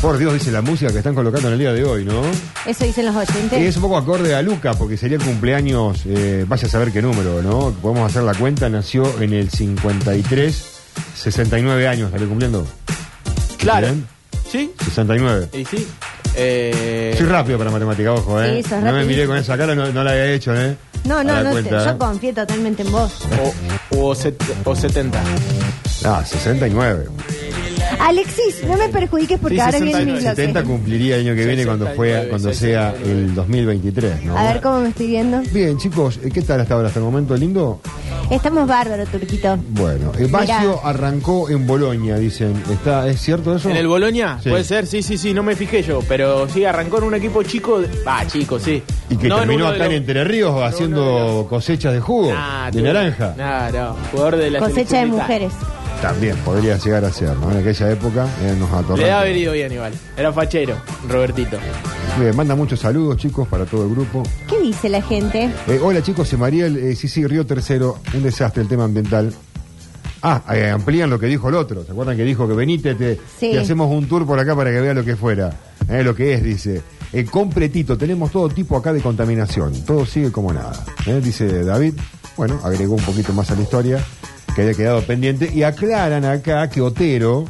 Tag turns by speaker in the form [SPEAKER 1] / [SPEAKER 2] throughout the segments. [SPEAKER 1] Por Dios, dice la música que están colocando en el día de hoy, ¿no?
[SPEAKER 2] Eso dicen los oyentes.
[SPEAKER 1] Y es un poco acorde a Luca, porque sería el cumpleaños, eh, vaya a saber qué número, ¿no? Podemos hacer la cuenta, nació en el 53, 69 años, ¿estaría cumpliendo?
[SPEAKER 3] Claro.
[SPEAKER 1] Bien.
[SPEAKER 3] ¿Sí?
[SPEAKER 1] 69.
[SPEAKER 3] ¿Y sí? Eh,
[SPEAKER 1] Soy rápido para matemática, ojo, ¿eh?
[SPEAKER 2] Sí, sos
[SPEAKER 1] no me
[SPEAKER 2] rapidísimo.
[SPEAKER 1] miré con esa cara, no, no la había hecho, ¿eh?
[SPEAKER 2] No,
[SPEAKER 1] A
[SPEAKER 2] no,
[SPEAKER 1] la
[SPEAKER 2] no,
[SPEAKER 1] cuenta,
[SPEAKER 2] te-
[SPEAKER 1] ¿eh?
[SPEAKER 2] yo confío totalmente en vos.
[SPEAKER 3] o, o, set- o 70.
[SPEAKER 1] Ah, 69.
[SPEAKER 2] Alexis, no me perjudiques porque
[SPEAKER 3] Sí,
[SPEAKER 2] ahora viene mi
[SPEAKER 3] 69,
[SPEAKER 2] bloque.
[SPEAKER 1] 70 cumpliría el año que viene cuando, fue,
[SPEAKER 3] 69,
[SPEAKER 1] cuando sea
[SPEAKER 3] 69.
[SPEAKER 1] el 2023, ¿no?
[SPEAKER 2] A ver cómo me estoy viendo.
[SPEAKER 1] Bien, chicos, eh, ¿qué tal hasta ahora? ¿Hasta el momento lindo?
[SPEAKER 2] Estamos bárbaros, Turquito.
[SPEAKER 1] Bueno, eh, Baggio arrancó en Bolonia, dicen. ¿Está, ¿Es cierto eso?
[SPEAKER 3] ¿En el Boloña?
[SPEAKER 1] Sí.
[SPEAKER 3] Puede ser, sí, sí, sí, no me fijé yo. Pero sí, arrancó en un equipo chico. de- Ah, chico, sí.
[SPEAKER 1] Y que
[SPEAKER 3] No
[SPEAKER 1] terminó
[SPEAKER 3] uno de
[SPEAKER 1] acá en
[SPEAKER 3] los-
[SPEAKER 1] Entre Ríos haciendo
[SPEAKER 3] de los-
[SPEAKER 1] cosechas de jugo,
[SPEAKER 3] Ah,
[SPEAKER 1] de
[SPEAKER 3] tú-
[SPEAKER 1] naranja.
[SPEAKER 3] No, no, jugador de la
[SPEAKER 2] Cosecha de
[SPEAKER 3] selección Italia.
[SPEAKER 2] mujeres.
[SPEAKER 1] También podría llegar a ser, ¿no? En aquella época eh, nos atorró.
[SPEAKER 3] Le debe haber ido bien igual. Era fachero, Robertito.
[SPEAKER 1] Bien, manda muchos saludos, chicos, para todo el grupo.
[SPEAKER 2] ¿Qué dice la gente?
[SPEAKER 1] Eh, hola, chicos, Mariel, eh, sí, sí, Río Tercero, un desastre el tema ambiental. Ah, eh, amplían lo que dijo el otro. ¿Se acuerdan que dijo que venite, te,
[SPEAKER 2] Sí.
[SPEAKER 1] te hacemos un tour por acá para que vea lo que fuera? Eh, lo que es, dice. Eh, completito, tenemos todo tipo acá de contaminación. Todo sigue como nada. Eh, dice David. Bueno, agregó un poquito más a la historia que había quedado pendiente. Y aclaran acá que Otero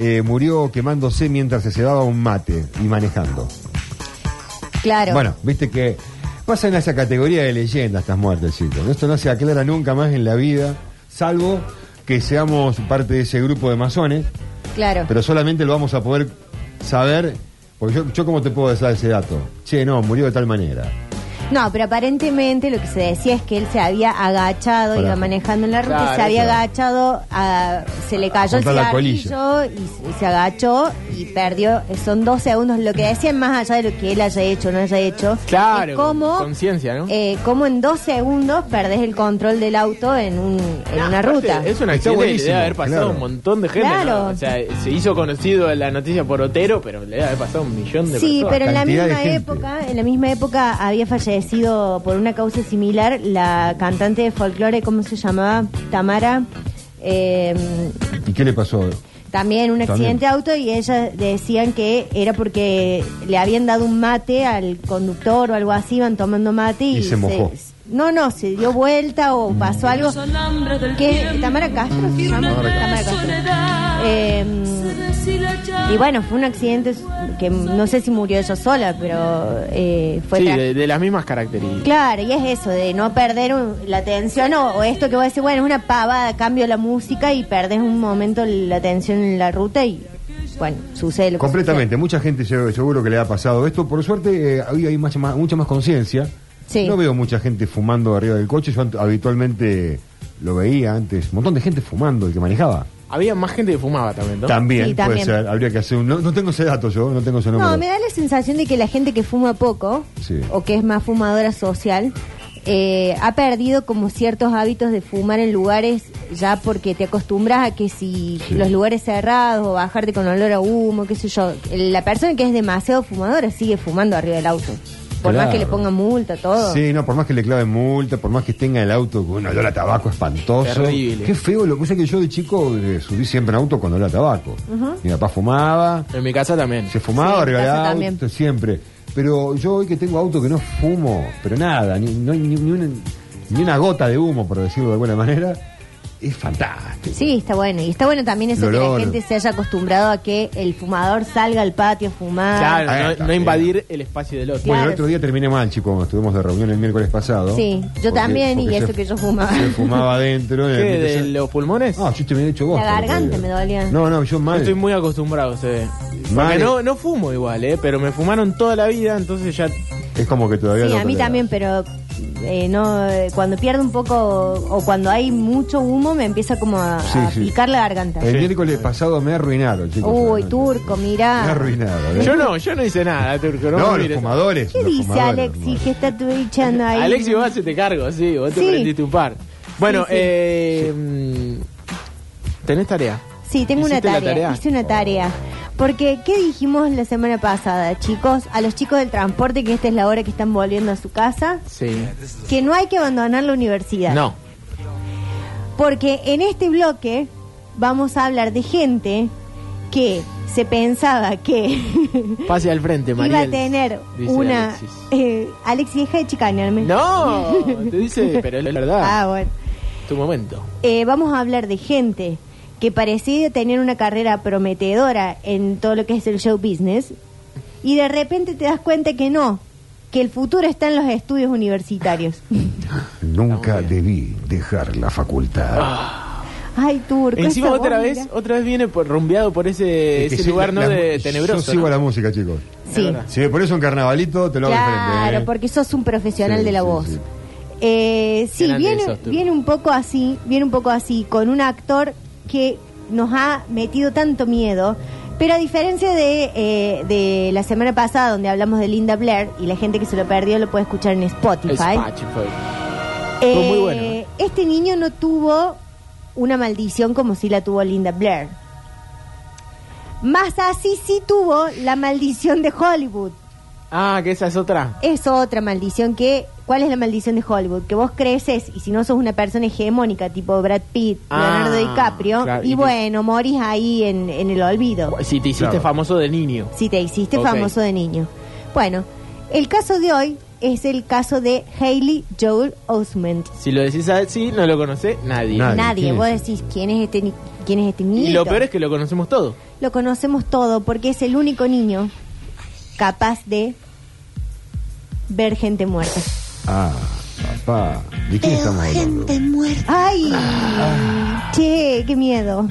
[SPEAKER 1] eh, murió quemándose mientras se cebaba un mate y manejando.
[SPEAKER 2] Claro.
[SPEAKER 1] Bueno, viste que pasan a esa categoría de leyendas estas muertes, chicos. Esto no se aclara nunca más en la vida, salvo que seamos parte de ese grupo de masones,
[SPEAKER 2] claro.
[SPEAKER 1] pero solamente lo vamos a poder saber. Porque yo, yo ¿cómo te puedo dar ese dato? Che, no, murió de tal manera.
[SPEAKER 2] No, pero aparentemente lo que se decía es que él se había agachado,
[SPEAKER 1] Para
[SPEAKER 2] iba
[SPEAKER 1] abajo.
[SPEAKER 2] manejando en la ruta,
[SPEAKER 3] Claro,
[SPEAKER 2] y se había
[SPEAKER 1] claro.
[SPEAKER 2] agachado, ah, se le cayó el
[SPEAKER 1] Contra la
[SPEAKER 2] cigarrillo
[SPEAKER 1] colilla.
[SPEAKER 2] y, y se agachó y perdió. eh, Son dos segundos lo que decían, más allá de lo que él haya hecho o no haya hecho.
[SPEAKER 3] Claro,
[SPEAKER 2] es cómo,
[SPEAKER 3] conciencia, ¿no?
[SPEAKER 2] eh, cómo en dos segundos perdés el control del auto en, un, en una ruta.
[SPEAKER 3] Es un
[SPEAKER 1] Está
[SPEAKER 3] accidente, le debe
[SPEAKER 1] buenísimo,
[SPEAKER 3] haber pasado
[SPEAKER 1] claro.
[SPEAKER 3] un montón de gente.
[SPEAKER 2] Claro.
[SPEAKER 3] ¿no? O sea, se hizo conocido la noticia por Otero, pero le debe haber pasado un millón de
[SPEAKER 2] Sí,
[SPEAKER 3] personas.
[SPEAKER 2] pero en la
[SPEAKER 1] cantidad de
[SPEAKER 2] misma
[SPEAKER 1] gente.
[SPEAKER 2] época, en la misma época había fallecido por una causa similar la cantante de folclore, ¿cómo se llamaba? Tamara. eh,
[SPEAKER 1] ¿Y qué le pasó?
[SPEAKER 2] también un accidente de auto y ellas decían que era porque le habían dado un mate al conductor o algo así, iban tomando mate y,
[SPEAKER 1] Y se mojó. Mm.
[SPEAKER 2] no, no, se dio vuelta o pasó algo. Que Tamara Castro se llama Tamara Castro. Eh, y bueno, fue un accidente que no sé si murió ella sola, pero eh, fue...
[SPEAKER 3] Sí,
[SPEAKER 2] tra-
[SPEAKER 3] de, de las mismas características.
[SPEAKER 2] Claro, y es eso, de no perder un- la atención o, o esto que vos decís, bueno, es una pavada, cambio la música y perdés un momento la atención en la ruta y, bueno, sucede lo que
[SPEAKER 1] Completamente, mucha gente se- seguro que le ha pasado esto. Por suerte, eh, hoy hay más, más- mucha más conciencia.
[SPEAKER 2] Sí.
[SPEAKER 1] No veo mucha gente fumando arriba del coche. Yo ant- habitualmente lo veía antes. Un montón de gente fumando, el que manejaba.
[SPEAKER 3] Había más gente que fumaba también, ¿no?
[SPEAKER 1] También,
[SPEAKER 2] Sí, también.
[SPEAKER 1] puede ser. Habría que hacer un. No, no tengo ese dato yo, no tengo ese
[SPEAKER 2] sucede.
[SPEAKER 1] número.
[SPEAKER 2] No, me da la sensación de que la gente que fuma poco
[SPEAKER 1] Sí.
[SPEAKER 2] o que es más fumadora social eh, ha perdido como ciertos hábitos de fumar en lugares ya porque te acostumbras a que si
[SPEAKER 1] Sí.
[SPEAKER 2] los lugares cerrados o bajarte con olor a humo, qué sé yo, la persona que es demasiado fumadora sigue fumando arriba del auto. Por más que le
[SPEAKER 1] Claro.
[SPEAKER 2] pongan multa, todo.
[SPEAKER 1] Sí, no, por más que le claven multa, por más que tenga el auto con un olor a tabaco espantoso.
[SPEAKER 3] Terrible.
[SPEAKER 1] Qué feo lo que pasa que yo de chico eh, subí siempre en auto con olor a tabaco. Mi papá fumaba,
[SPEAKER 3] En mi casa también.
[SPEAKER 1] se fumaba,
[SPEAKER 2] Sí, en mi casa
[SPEAKER 1] regalaba
[SPEAKER 2] también.
[SPEAKER 1] auto siempre. Pero yo hoy que tengo auto que no fumo, pero nada, ni, no hay ni- ni una, ni una gota de humo, por decirlo de alguna manera, es fantástico.
[SPEAKER 2] Sí, está bueno. Y está bueno también eso
[SPEAKER 1] El
[SPEAKER 2] que la
[SPEAKER 1] olor.
[SPEAKER 2] gente se haya acostumbrado a que el fumador salga al patio a fumar.
[SPEAKER 3] Claro,
[SPEAKER 1] Ah,
[SPEAKER 3] no- no,
[SPEAKER 1] está bien.
[SPEAKER 3] invadir el espacio del otro.
[SPEAKER 1] Bueno, el
[SPEAKER 2] Claro.
[SPEAKER 1] otro día terminé mal, chicos, cuando estuvimos de reunión el miércoles pasado.
[SPEAKER 2] Sí, yo también, y eso que yo fumaba.
[SPEAKER 1] Se fumaba adentro. en el-
[SPEAKER 3] ¿Qué? ¿De los pulmones?
[SPEAKER 1] Ah, yo te he hecho vos.
[SPEAKER 2] La garganta me dolía.
[SPEAKER 1] No, no, yo mal.
[SPEAKER 3] Estoy muy acostumbrado, se ve. Porque
[SPEAKER 1] Mal.
[SPEAKER 3] no, no fumo igual, ¿eh? Pero me fumaron toda la vida, entonces ya...
[SPEAKER 1] Es como que todavía
[SPEAKER 2] Sí,
[SPEAKER 1] lo
[SPEAKER 2] a mí
[SPEAKER 1] tolero.
[SPEAKER 2] también, pero eh, no eh, cuando pierdo un poco o cuando hay mucho humo me empieza como a,
[SPEAKER 1] Sí,
[SPEAKER 2] a
[SPEAKER 1] sí. Eh,
[SPEAKER 2] picar la garganta.
[SPEAKER 1] El miércoles pasado me arruinaron, chicos.
[SPEAKER 2] Uy,
[SPEAKER 1] Anoche.
[SPEAKER 2] turco,
[SPEAKER 1] Me
[SPEAKER 2] mirá.
[SPEAKER 1] arruinaron. ¿eh?
[SPEAKER 3] Yo no, yo no hice nada, Turco.
[SPEAKER 1] No,
[SPEAKER 3] No, me
[SPEAKER 1] los
[SPEAKER 3] mires.
[SPEAKER 1] fumadores.
[SPEAKER 2] ¿Qué
[SPEAKER 1] los
[SPEAKER 2] dice
[SPEAKER 1] fumadores, los
[SPEAKER 2] Alexis
[SPEAKER 1] fumadores.
[SPEAKER 2] que está twitchando ahí?
[SPEAKER 3] Alexis, vos te cargo, sí, vos te
[SPEAKER 2] Sí.
[SPEAKER 3] prendiste un par. Bueno,
[SPEAKER 2] Sí, sí.
[SPEAKER 3] eh... mm, ¿Tenés tarea?
[SPEAKER 2] Sí, tengo una
[SPEAKER 3] ¿Hiciste la
[SPEAKER 2] tarea.
[SPEAKER 3] tarea?
[SPEAKER 2] Hice una tarea. Porque, ¿qué dijimos la semana pasada, chicos? A los chicos del transporte, que esta es la hora que están volviendo a su casa,
[SPEAKER 3] Sí.
[SPEAKER 2] que no hay que abandonar la universidad.
[SPEAKER 3] No.
[SPEAKER 2] Porque en este bloque vamos a hablar de gente que se pensaba que
[SPEAKER 3] Pase al frente,
[SPEAKER 2] iba
[SPEAKER 3] María.
[SPEAKER 2] a tener una...
[SPEAKER 3] Alexis.
[SPEAKER 2] eh, Alex, deja de chicanearme.
[SPEAKER 3] No, te dice, pero es la verdad.
[SPEAKER 2] Ah, bueno.
[SPEAKER 3] Tu momento.
[SPEAKER 2] Eh, vamos a hablar de gente que parecía tener una carrera prometedora en todo lo que es el show business y de repente te das cuenta que no, que el futuro está en los estudios universitarios.
[SPEAKER 1] Nunca
[SPEAKER 3] Está Ah,
[SPEAKER 1] debí dejar la facultad.
[SPEAKER 2] Ay, turco.
[SPEAKER 3] Encima
[SPEAKER 2] esa
[SPEAKER 3] otra
[SPEAKER 2] voz,
[SPEAKER 3] vez,
[SPEAKER 2] mira.
[SPEAKER 3] otra vez viene por, rumbeado por ese,
[SPEAKER 1] Es que
[SPEAKER 3] ese
[SPEAKER 1] sí,
[SPEAKER 3] lugar
[SPEAKER 1] la-
[SPEAKER 3] no
[SPEAKER 1] la-
[SPEAKER 3] de tenebroso.
[SPEAKER 1] Yo sigo
[SPEAKER 3] ¿no?
[SPEAKER 1] la música, chicos.
[SPEAKER 3] Es
[SPEAKER 2] Sí.
[SPEAKER 3] verdad.
[SPEAKER 1] Si me pones un carnavalito, te lo hago diferente.
[SPEAKER 2] Claro,
[SPEAKER 1] ¿eh?
[SPEAKER 2] porque sos un profesional
[SPEAKER 1] Sí,
[SPEAKER 2] de la
[SPEAKER 1] sí,
[SPEAKER 2] voz.
[SPEAKER 1] sí.
[SPEAKER 2] Eh, sí,
[SPEAKER 3] Grande
[SPEAKER 2] viene,
[SPEAKER 3] sos tú.
[SPEAKER 2] viene un poco así, viene un poco así, con un actor que nos ha metido tanto miedo. Pero a diferencia de, eh, de la semana pasada, donde hablamos de Linda Blair, y la gente que se lo perdió lo puede escuchar en Spotify.
[SPEAKER 3] Spotify. Estuvo muy bueno.
[SPEAKER 2] Este niño no tuvo una maldición como si la tuvo Linda Blair. Más así sí tuvo la maldición de Hollywood.
[SPEAKER 3] Ah, que esa es otra.
[SPEAKER 2] Es otra maldición que... ¿Cuál es la maldición de Hollywood? Que vos creces y si no sos una persona hegemónica tipo Brad Pitt,
[SPEAKER 3] Ah,
[SPEAKER 2] Leonardo DiCaprio,
[SPEAKER 3] claro, y
[SPEAKER 2] y
[SPEAKER 3] te-
[SPEAKER 2] bueno, morís ahí en, en el olvido.
[SPEAKER 3] Si te hiciste
[SPEAKER 1] Claro.
[SPEAKER 3] famoso de niño.
[SPEAKER 2] Si te hiciste
[SPEAKER 3] Ok.
[SPEAKER 2] famoso de niño. Bueno, el caso de hoy es el caso de Hailey Joel Osment.
[SPEAKER 3] Si lo decís así, no lo conoce nadie.
[SPEAKER 1] Nadie.
[SPEAKER 2] Nadie,
[SPEAKER 1] ¿quién
[SPEAKER 2] vos
[SPEAKER 1] es?
[SPEAKER 2] decís quién es este ni- quién es este niño.
[SPEAKER 3] Y lo peor es que lo conocemos todo.
[SPEAKER 2] lo conocemos todo porque es el único niño capaz de ver gente muerta.
[SPEAKER 1] Ah, papá. ¿De quién estamos hablando?
[SPEAKER 2] ¡Ay! Che, qué miedo.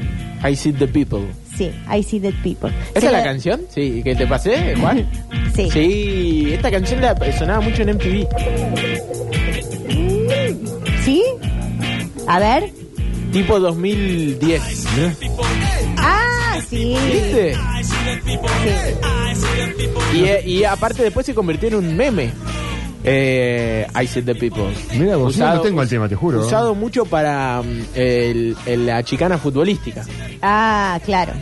[SPEAKER 3] I see the people.
[SPEAKER 2] Sí, I see dead people.
[SPEAKER 3] ¿Esa
[SPEAKER 2] Se
[SPEAKER 3] es la
[SPEAKER 2] lo-
[SPEAKER 3] canción? Sí, que te pasé, Juan.
[SPEAKER 2] Sí.
[SPEAKER 3] Sí, esta canción la sonaba mucho en MTV.
[SPEAKER 2] ¿Sí? A ver.
[SPEAKER 3] Tipo 2010.
[SPEAKER 2] Ah, sí.
[SPEAKER 3] ¿Viste?
[SPEAKER 2] Sí.
[SPEAKER 3] Y, eh, y aparte después se convirtió en un meme. Eh, I said the people.
[SPEAKER 1] Mira vos, yo no tengo el tema, te juro.
[SPEAKER 3] Usado mucho para mm, el- el- la chicana futbolística.
[SPEAKER 2] Ah, claro.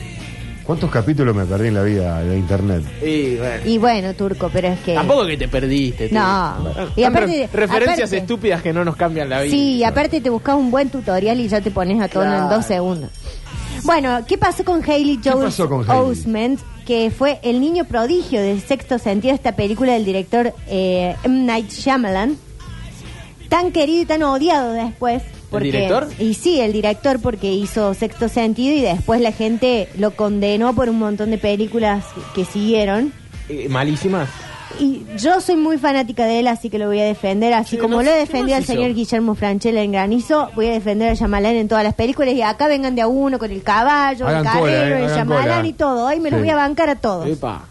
[SPEAKER 1] ¿Cuántos capítulos me perdí en la vida de internet?
[SPEAKER 3] Y bueno.
[SPEAKER 2] Y bueno, turco, pero es que.
[SPEAKER 3] Tampoco que te perdiste. tú.
[SPEAKER 2] No.
[SPEAKER 3] Son
[SPEAKER 2] Y aparte-
[SPEAKER 3] re- referencias
[SPEAKER 2] aparte-
[SPEAKER 3] estúpidas que no nos cambian la vida.
[SPEAKER 2] Sí, y aparte te buscas un buen tutorial y ya te pones a tono en
[SPEAKER 3] Claro.
[SPEAKER 2] dos segundos. Bueno, ¿qué pasó con Hailey
[SPEAKER 1] ¿Qué
[SPEAKER 2] Joel
[SPEAKER 1] pasó con Hailey?
[SPEAKER 2] Osment? Que fue el niño prodigio del sexto sentido de esta película del director eh, M. Night Shyamalan. Tan querido y tan odiado después. Porque,
[SPEAKER 3] director?
[SPEAKER 2] Y sí, el director porque hizo sexto sentido y después la gente lo condenó por un montón de películas que siguieron.
[SPEAKER 3] Eh, malísimas.
[SPEAKER 2] Y yo soy muy fanática de él, así que lo voy a defender. Así
[SPEAKER 3] Sí,
[SPEAKER 2] como
[SPEAKER 3] no
[SPEAKER 2] lo he
[SPEAKER 3] sé, ¿qué
[SPEAKER 2] defendido
[SPEAKER 3] más
[SPEAKER 2] al
[SPEAKER 3] hizo?
[SPEAKER 2] señor Guillermo Franchella en Granizo, voy a defender a Yamalán en todas las películas. Y acá vengan de a uno con el caballo,
[SPEAKER 1] Hagan
[SPEAKER 2] el
[SPEAKER 1] cola,
[SPEAKER 2] carrero,
[SPEAKER 1] eh,
[SPEAKER 2] el
[SPEAKER 1] hagan
[SPEAKER 2] Yamalán
[SPEAKER 1] cola.
[SPEAKER 2] y todo. Hoy me los
[SPEAKER 1] Sí.
[SPEAKER 2] voy a bancar a todos.
[SPEAKER 3] Epa.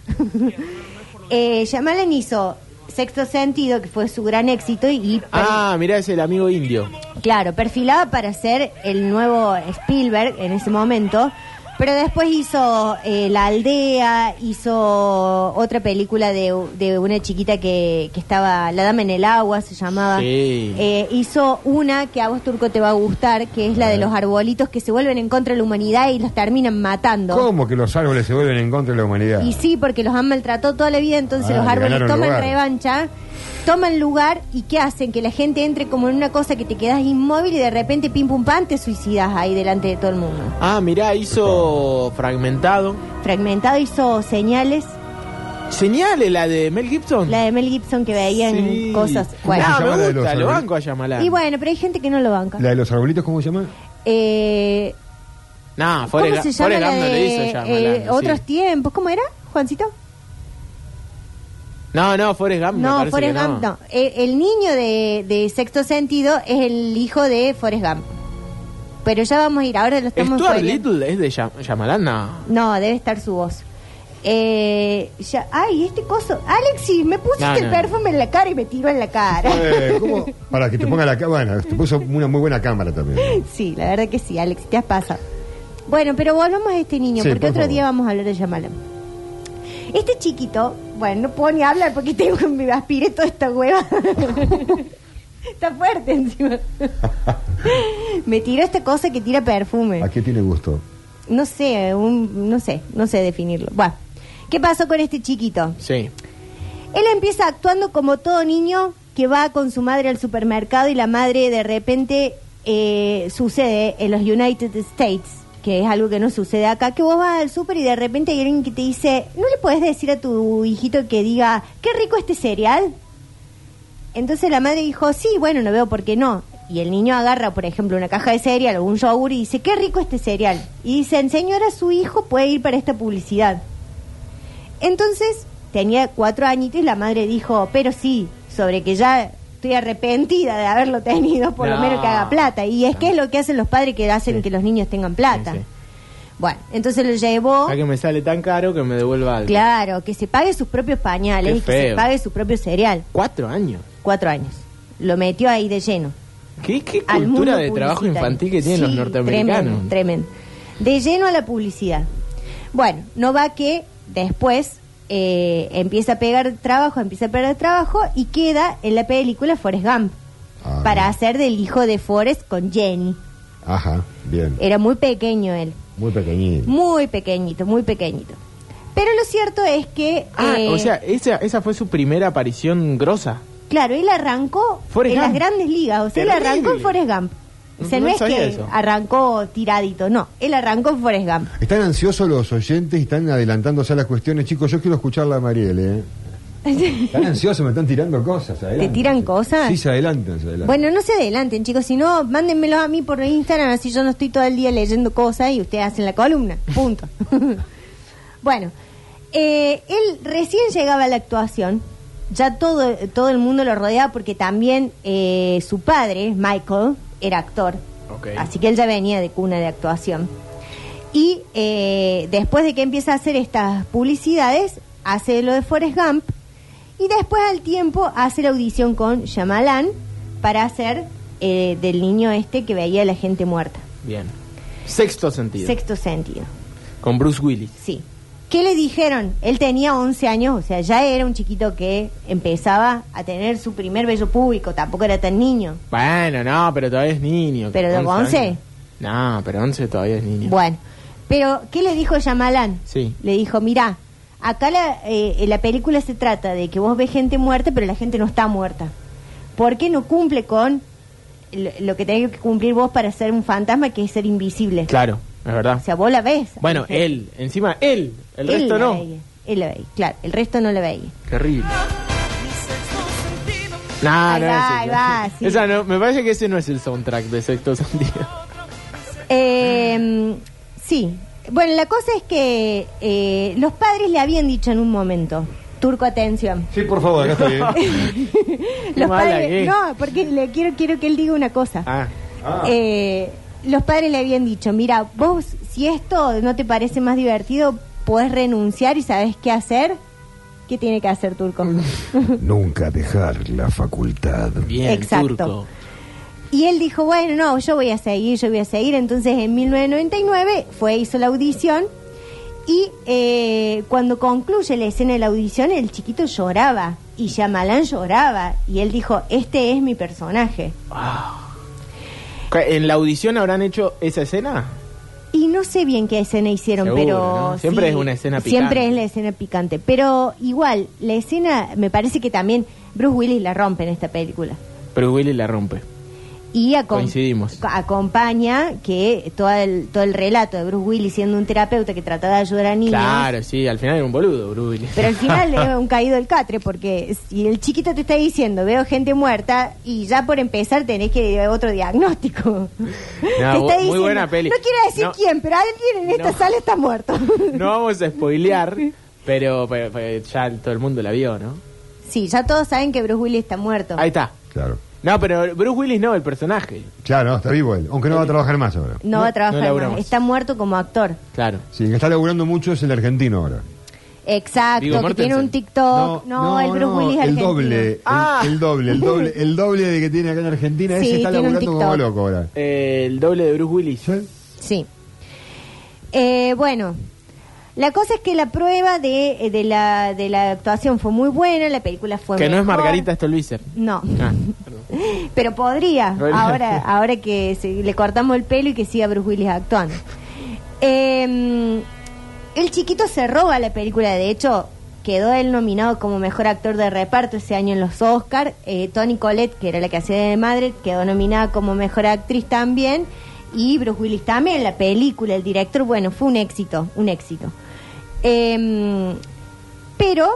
[SPEAKER 2] Eh, Shyamalan hizo Sexto Sentido, que fue su gran éxito, y, y per-
[SPEAKER 3] Ah, mirá, es el amigo indio.
[SPEAKER 2] claro, perfilaba para ser el nuevo Spielberg en ese momento. Pero después hizo eh, La Aldea, hizo otra película de, de una chiquita que, que estaba, La Dama en el Agua se llamaba.
[SPEAKER 3] Sí.
[SPEAKER 2] Eh, hizo una que a vos, Turco, te va a gustar, que es la de los arbolitos que se vuelven en contra de la humanidad y los terminan matando.
[SPEAKER 1] ¿Cómo que los árboles se vuelven en contra de la humanidad?
[SPEAKER 2] Y sí, porque los han maltratado toda la vida, entonces
[SPEAKER 1] Ah,
[SPEAKER 2] los
[SPEAKER 1] le
[SPEAKER 2] árboles
[SPEAKER 1] ganaron
[SPEAKER 2] toman
[SPEAKER 1] lugar.
[SPEAKER 2] revancha, toman lugar y ¿qué hacen? Que la gente entre como en una cosa que te quedas inmóvil y de repente pim pum pam te suicidas ahí delante de todo el mundo.
[SPEAKER 3] Ah, mirá, hizo fragmentado.
[SPEAKER 2] Fragmentado hizo señales,
[SPEAKER 3] Señale la de Mel Gibson.
[SPEAKER 2] la de Mel Gibson que veía
[SPEAKER 3] Sí.
[SPEAKER 2] en cosas. Bueno.
[SPEAKER 3] Ah,
[SPEAKER 1] ¿Cómo se llama la
[SPEAKER 3] me
[SPEAKER 1] de los
[SPEAKER 3] gusta, lo
[SPEAKER 1] árboles?
[SPEAKER 3] banco a Yamalán.
[SPEAKER 2] Y bueno, pero hay gente que no lo banca.
[SPEAKER 1] ¿La de los arbolitos cómo se llama?
[SPEAKER 2] Eh,
[SPEAKER 3] Nah,
[SPEAKER 2] ¿Cómo
[SPEAKER 3] Forrest
[SPEAKER 2] se
[SPEAKER 3] Gump-
[SPEAKER 2] llama
[SPEAKER 3] Forrest
[SPEAKER 2] la
[SPEAKER 3] Gump no le hizo
[SPEAKER 2] de
[SPEAKER 3] Shyamalan,
[SPEAKER 2] eh,
[SPEAKER 3] sí.
[SPEAKER 2] Otros Tiempos? ¿Cómo era, Juancito?
[SPEAKER 3] No, no, Forrest Gump. Ah, me
[SPEAKER 2] No,
[SPEAKER 3] parece
[SPEAKER 2] Forrest
[SPEAKER 3] que
[SPEAKER 2] Gump no. El, el niño de, de Sexto Sentido es el hijo de Forrest Gump. Pero ya vamos a ir, ahora lo estamos...
[SPEAKER 3] Stuart
[SPEAKER 2] spoileando.
[SPEAKER 3] Little es de Shyam- Shyamalan, no.
[SPEAKER 2] No, debe estar su voz. Eh, ya, ay, este coso. Alexis, me pusiste
[SPEAKER 3] No,
[SPEAKER 2] el
[SPEAKER 3] no.
[SPEAKER 2] perfume en la cara y me tiró en la cara.
[SPEAKER 1] Eh, ¿cómo? Para que te ponga la cámara. Te puso una muy buena cámara también.
[SPEAKER 2] sí, la verdad que sí, Alexis, te has pasado. Bueno, pero volvamos a este niño,
[SPEAKER 1] Sí,
[SPEAKER 2] porque
[SPEAKER 1] por
[SPEAKER 2] otro
[SPEAKER 1] favor.
[SPEAKER 2] día vamos a hablar de Yamalan. Este chiquito, bueno, no puedo ni hablar porque tengo que me aspiré toda esta hueva. Está fuerte encima. me tiró esta cosa que tira perfume.
[SPEAKER 1] ¿A qué tiene gusto?
[SPEAKER 2] No sé, un, no sé, no sé definirlo. Bueno, ¿qué pasó con este chiquito?
[SPEAKER 3] Sí.
[SPEAKER 2] Él empieza actuando como todo niño que va con su madre al supermercado y la madre de repente eh, sucede en los United States que es algo que no sucede acá, que vos vas al súper y de repente hay alguien que te dice, ¿no le podés decir a tu hijito que diga, qué rico este cereal? Entonces la madre dijo, sí, bueno, no veo por qué no. Y el niño agarra, por ejemplo, una caja de cereal o un yogur y dice, qué rico este cereal. Y dicen, señora, su hijo puede ir para esta publicidad. Entonces tenía cuatro añitos y la madre dijo, pero sí, sobre que ya estoy arrepentida de haberlo tenido, por lo
[SPEAKER 3] No.
[SPEAKER 2] menos que haga plata. Y es que es lo que hacen los padres que hacen
[SPEAKER 3] Sí.
[SPEAKER 2] que los niños tengan plata.
[SPEAKER 3] Sí, sí.
[SPEAKER 2] Bueno, entonces lo llevó,
[SPEAKER 3] Ya que me sale tan caro que me devuelva algo.
[SPEAKER 2] claro, que se pague sus propios pañales,
[SPEAKER 3] Qué
[SPEAKER 2] y que se
[SPEAKER 3] feo.
[SPEAKER 2] pague su propio cereal.
[SPEAKER 3] Cuatro años.
[SPEAKER 2] Cuatro años. Lo metió ahí de lleno.
[SPEAKER 3] ¿Qué, qué
[SPEAKER 2] al
[SPEAKER 3] cultura
[SPEAKER 2] mundo
[SPEAKER 3] de trabajo
[SPEAKER 2] publicitario.
[SPEAKER 3] infantil que tienen
[SPEAKER 2] Sí,
[SPEAKER 3] los norteamericanos?
[SPEAKER 2] Tremendo, tremendo. De lleno a la publicidad. Bueno, no va que después eh, empieza a pegar trabajo, empieza a perder trabajo y queda en la película Forrest Gump
[SPEAKER 1] Ah.
[SPEAKER 2] para hacer del hijo de Forrest con Jenny.
[SPEAKER 1] Ajá, bien.
[SPEAKER 2] Era muy pequeño él,
[SPEAKER 1] Muy pequeñito.
[SPEAKER 2] muy pequeñito, muy pequeñito. Pero lo cierto es que,
[SPEAKER 3] Ah,
[SPEAKER 2] eh,
[SPEAKER 3] o sea, esa, esa fue su primera aparición grosa.
[SPEAKER 2] claro, él arrancó
[SPEAKER 3] Forrest
[SPEAKER 2] en las
[SPEAKER 3] Gump.
[SPEAKER 2] grandes ligas, o sea, él
[SPEAKER 3] Terrible.
[SPEAKER 2] arrancó en Forrest Gump. O sea,
[SPEAKER 3] No
[SPEAKER 2] no, es
[SPEAKER 3] sabía
[SPEAKER 2] que
[SPEAKER 3] eso.
[SPEAKER 2] arrancó tiradito, no, él arrancó en Forrest Gump.
[SPEAKER 1] Están ansiosos los oyentes y están adelantándose a las cuestiones. Chicos, yo quiero escucharla a Mariel, ¿eh? Están ansiosos, me están tirando cosas. adelántense.
[SPEAKER 2] tiran cosas?
[SPEAKER 1] Sí, se adelantan, se adelantan.
[SPEAKER 2] Bueno, no se adelanten, chicos. Si no, mándenmelo a mí por Instagram, así yo no estoy todo el día leyendo cosas y ustedes hacen la columna. Punto. bueno, eh, él recién llegaba a la actuación. Ya todo, todo el mundo lo rodeaba porque también eh, su padre, Michael, era actor.
[SPEAKER 3] Ok.
[SPEAKER 2] Así que él ya venía de cuna de actuación. Y eh, después de que empieza a hacer estas publicidades, hace lo de Forrest Gump. Y después al tiempo hace la audición con Shyamalan para hacer eh, del niño este que veía a la gente muerta.
[SPEAKER 3] Bien. Sexto sentido.
[SPEAKER 2] Sexto sentido,
[SPEAKER 3] Con Bruce Willis.
[SPEAKER 2] sí. ¿Qué le dijeron? Él tenía 11 años, o sea, ya era un chiquito que empezaba a tener su primer bello público, tampoco era tan niño.
[SPEAKER 3] Bueno, no, pero todavía es niño.
[SPEAKER 2] ¿Pero de
[SPEAKER 3] 11
[SPEAKER 2] 11?
[SPEAKER 3] años. No, pero 11 todavía es niño.
[SPEAKER 2] Bueno, pero ¿qué le dijo Yamalán?
[SPEAKER 3] Sí.
[SPEAKER 2] Le dijo, mirá, acá la, eh, la película se trata de que vos ves gente muerta, pero la gente no está muerta. ¿Por qué no cumple con lo, lo que tenés que cumplir vos para ser un fantasma, que es ser invisible?
[SPEAKER 3] Claro, es verdad.
[SPEAKER 2] O sea, vos la ves.
[SPEAKER 3] bueno,
[SPEAKER 2] O sea,
[SPEAKER 3] él, encima él, el
[SPEAKER 2] él
[SPEAKER 3] resto
[SPEAKER 2] la
[SPEAKER 3] no.
[SPEAKER 2] veía, él la veía, claro, el resto no la veía.
[SPEAKER 3] Terrible. No,
[SPEAKER 2] Ahí
[SPEAKER 3] no
[SPEAKER 2] va,
[SPEAKER 3] es
[SPEAKER 2] ahí
[SPEAKER 3] ese.
[SPEAKER 2] va, sí.
[SPEAKER 3] Esa no, me parece que ese no es el soundtrack de Sexto Sentido.
[SPEAKER 2] Eh, sí. Bueno, la cosa es que eh, los padres le habían dicho en un momento, Turco, atención.
[SPEAKER 1] Sí, por favor, acá estoy. ¿eh?
[SPEAKER 2] Los
[SPEAKER 3] mala que
[SPEAKER 2] padres,
[SPEAKER 3] es.
[SPEAKER 2] no, porque le quiero, quiero que él diga una cosa.
[SPEAKER 3] Ah,
[SPEAKER 1] Ah.
[SPEAKER 2] Eh, los padres le habían dicho, mira, vos si esto no te parece más divertido, podés renunciar y sabes qué hacer. ¿Qué tiene que hacer Turco?
[SPEAKER 1] Nunca dejar la facultad.
[SPEAKER 3] bien,
[SPEAKER 2] Exacto.
[SPEAKER 3] turco.
[SPEAKER 2] y él dijo, bueno, no, yo voy a seguir, yo voy a seguir. Entonces en 1999 fue, hizo la audición y eh, cuando concluye la escena de la audición, el chiquito lloraba y Shyamalan lloraba y él dijo, este es mi personaje.
[SPEAKER 3] ¿En la audición habrán hecho esa escena?
[SPEAKER 2] Y no sé bien qué escena hicieron,
[SPEAKER 3] Seguro,
[SPEAKER 2] pero...
[SPEAKER 3] ¿no? Siempre
[SPEAKER 2] sí,
[SPEAKER 3] es una escena
[SPEAKER 2] Siempre
[SPEAKER 3] picante.
[SPEAKER 2] es la escena picante. Pero igual, la escena, me parece que también Bruce Willis la rompe en esta película.
[SPEAKER 3] Pero Willy la rompe.
[SPEAKER 2] Y acom-
[SPEAKER 3] Coincidimos.
[SPEAKER 2] co- acompaña que todo el, todo el relato de Bruce Willis siendo un terapeuta que trataba de ayudar a niños.
[SPEAKER 3] Claro, sí, al final era un boludo, Bruce Willis.
[SPEAKER 2] Pero al final es un caído el catre, porque si el chiquito te está diciendo, veo gente muerta, y ya por empezar tenés que ir a otro diagnóstico.
[SPEAKER 3] bu- muy buena peli.
[SPEAKER 2] No quiero decir
[SPEAKER 3] No.
[SPEAKER 2] quién, pero alguien en esta
[SPEAKER 3] No.
[SPEAKER 2] sala está muerto.
[SPEAKER 3] No vamos a spoilear, pero, pero- pero ya todo el mundo la vio, ¿no?
[SPEAKER 2] Sí, ya todos saben que Bruce Willis está muerto.
[SPEAKER 3] Ahí está.
[SPEAKER 1] Claro.
[SPEAKER 3] No, pero Bruce Willis no, el personaje.
[SPEAKER 1] Claro, no, está vivo él. Aunque no va a trabajar más ahora.
[SPEAKER 2] no, va a
[SPEAKER 3] no
[SPEAKER 2] trabajar
[SPEAKER 3] labura
[SPEAKER 2] más.
[SPEAKER 3] más.
[SPEAKER 2] Está muerto como actor.
[SPEAKER 3] Claro.
[SPEAKER 1] Sí, el que está laburando mucho es el argentino ahora.
[SPEAKER 2] Exacto,
[SPEAKER 3] Viggo
[SPEAKER 2] que tiene
[SPEAKER 3] Mortensen.
[SPEAKER 2] un TikTok. No, el Bruce
[SPEAKER 1] no,
[SPEAKER 2] Willis
[SPEAKER 1] el
[SPEAKER 2] argentino.
[SPEAKER 1] doble, el,
[SPEAKER 3] Ah.
[SPEAKER 1] el doble, el doble, el doble de que tiene acá en Argentina,
[SPEAKER 2] Sí,
[SPEAKER 1] ese está
[SPEAKER 2] tiene un
[SPEAKER 1] laburando como
[SPEAKER 2] TikTok.
[SPEAKER 1] loco ahora.
[SPEAKER 3] Eh, el doble de Bruce Willis.
[SPEAKER 1] ¿Sí?
[SPEAKER 2] Sí. Eh, bueno, la cosa es que la prueba de, eh, de, la, de la actuación fue muy buena, la película fue
[SPEAKER 3] Que no es
[SPEAKER 2] Pues mejor.
[SPEAKER 3] Margarita Stolbizer.
[SPEAKER 2] No,
[SPEAKER 3] Ah,
[SPEAKER 2] pero podría,
[SPEAKER 3] Podría.
[SPEAKER 2] ahora, ahora que se- le cortamos el pelo y que siga Bruce Willis actuando. Eh, el chiquito se roba la película, de hecho, quedó él nominado como mejor actor de reparto ese año en los Eh, Oscars. Tony Collette, que era la que hacía de madre, quedó nominada como mejor actriz también. y Bruce Willis también, la película, el director, bueno, fue un éxito, un éxito. Em, pero,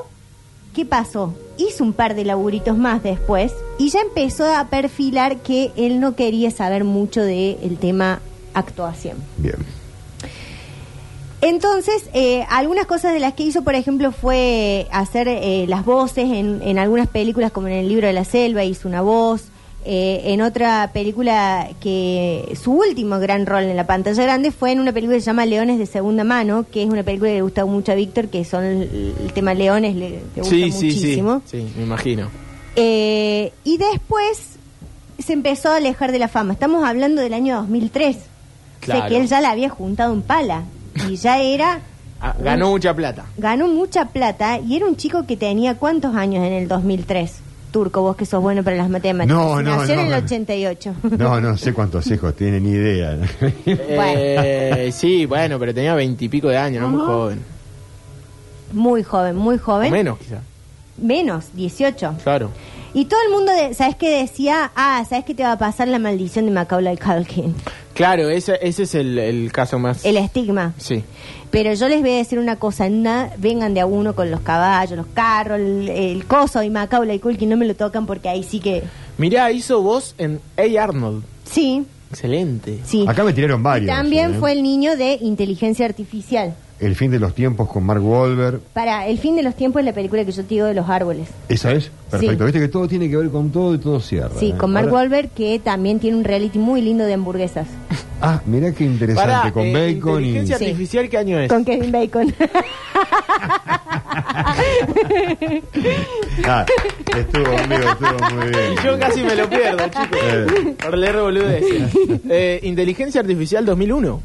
[SPEAKER 2] ¿qué pasó? Hizo un par de laburitos más después y ya empezó a perfilar que él no quería saber mucho del tema actuación.
[SPEAKER 1] Bien.
[SPEAKER 2] Entonces, eh, algunas cosas de las que hizo, por ejemplo, fue hacer eh, las voces en, en algunas películas, como en el libro de la selva, hizo una voz. Eh, en otra película que su último gran rol en la pantalla grande fue en una película que se llama Leones de Segunda Mano, que es una película que le gusta mucho a Víctor, que son el, el tema leones, le, le gusta
[SPEAKER 3] Sí, sí, sí,
[SPEAKER 2] muchísimo.
[SPEAKER 3] sí, me imagino.
[SPEAKER 2] Eh, y después se empezó a alejar de la fama. Estamos hablando del año 2003. O sea
[SPEAKER 3] Claro.
[SPEAKER 2] que él ya la había juntado en pala. Y ya era.
[SPEAKER 3] Ah, ganó mucha plata.
[SPEAKER 2] Ganó mucha plata y era un chico que tenía cuántos años en el 2003. Turco, vos que sos bueno para las matemáticas.
[SPEAKER 1] No, no,
[SPEAKER 2] Nació en
[SPEAKER 1] no.
[SPEAKER 2] el 88.
[SPEAKER 1] No, no sé cuántos hijos tienen ni idea.
[SPEAKER 3] Eh, sí, bueno, pero tenía veintipico de años, ¿no? Muy joven.
[SPEAKER 2] Muy joven, muy joven.
[SPEAKER 3] O menos, quizás.
[SPEAKER 2] Menos, 18.
[SPEAKER 3] Claro.
[SPEAKER 2] Y todo el mundo, de- ¿sabes qué decía? Ah, ¿sabes qué te va a pasar la maldición de Macaulay Culkin?
[SPEAKER 3] Claro, ese, ese es el, el caso más.
[SPEAKER 2] El estigma.
[SPEAKER 3] Sí.
[SPEAKER 2] Pero yo les voy a decir una cosa, na- vengan de a uno con los caballos, los carros, el, el coso y Macaulay Culkin, no me lo tocan porque ahí sí que...
[SPEAKER 3] Mirá, hizo voz en A. Arnold.
[SPEAKER 2] Sí,
[SPEAKER 3] Excelente.
[SPEAKER 2] sí.
[SPEAKER 1] Acá me tiraron
[SPEAKER 2] Y
[SPEAKER 1] varios.
[SPEAKER 2] también
[SPEAKER 1] ¿eh?
[SPEAKER 2] fue el niño de Inteligencia Artificial.
[SPEAKER 1] El fin de los tiempos con Mark Wahlberg.
[SPEAKER 2] Para El fin de los tiempos es la película que yo te digo de los árboles.
[SPEAKER 1] Esa es. Perfecto.
[SPEAKER 2] Sí.
[SPEAKER 1] Viste que todo tiene que ver con todo y todo cierra.
[SPEAKER 2] Sí,
[SPEAKER 1] ¿eh?
[SPEAKER 2] con Mark
[SPEAKER 1] Ahora-
[SPEAKER 2] Wahlberg que también tiene un reality muy lindo de hamburguesas.
[SPEAKER 1] Ah, mirá qué interesante.
[SPEAKER 3] Pará,
[SPEAKER 1] con
[SPEAKER 3] eh,
[SPEAKER 1] Bacon y.
[SPEAKER 3] inteligencia
[SPEAKER 2] Sí.
[SPEAKER 3] artificial, ¿qué año es?
[SPEAKER 2] Con Kevin Bacon.
[SPEAKER 1] Ah, estuvo, amigo, estuvo muy bien.
[SPEAKER 3] Y yo casi me lo pierdo,
[SPEAKER 1] Eh.
[SPEAKER 3] chicos. Por leer boludeces. Eh, inteligencia artificial 2001.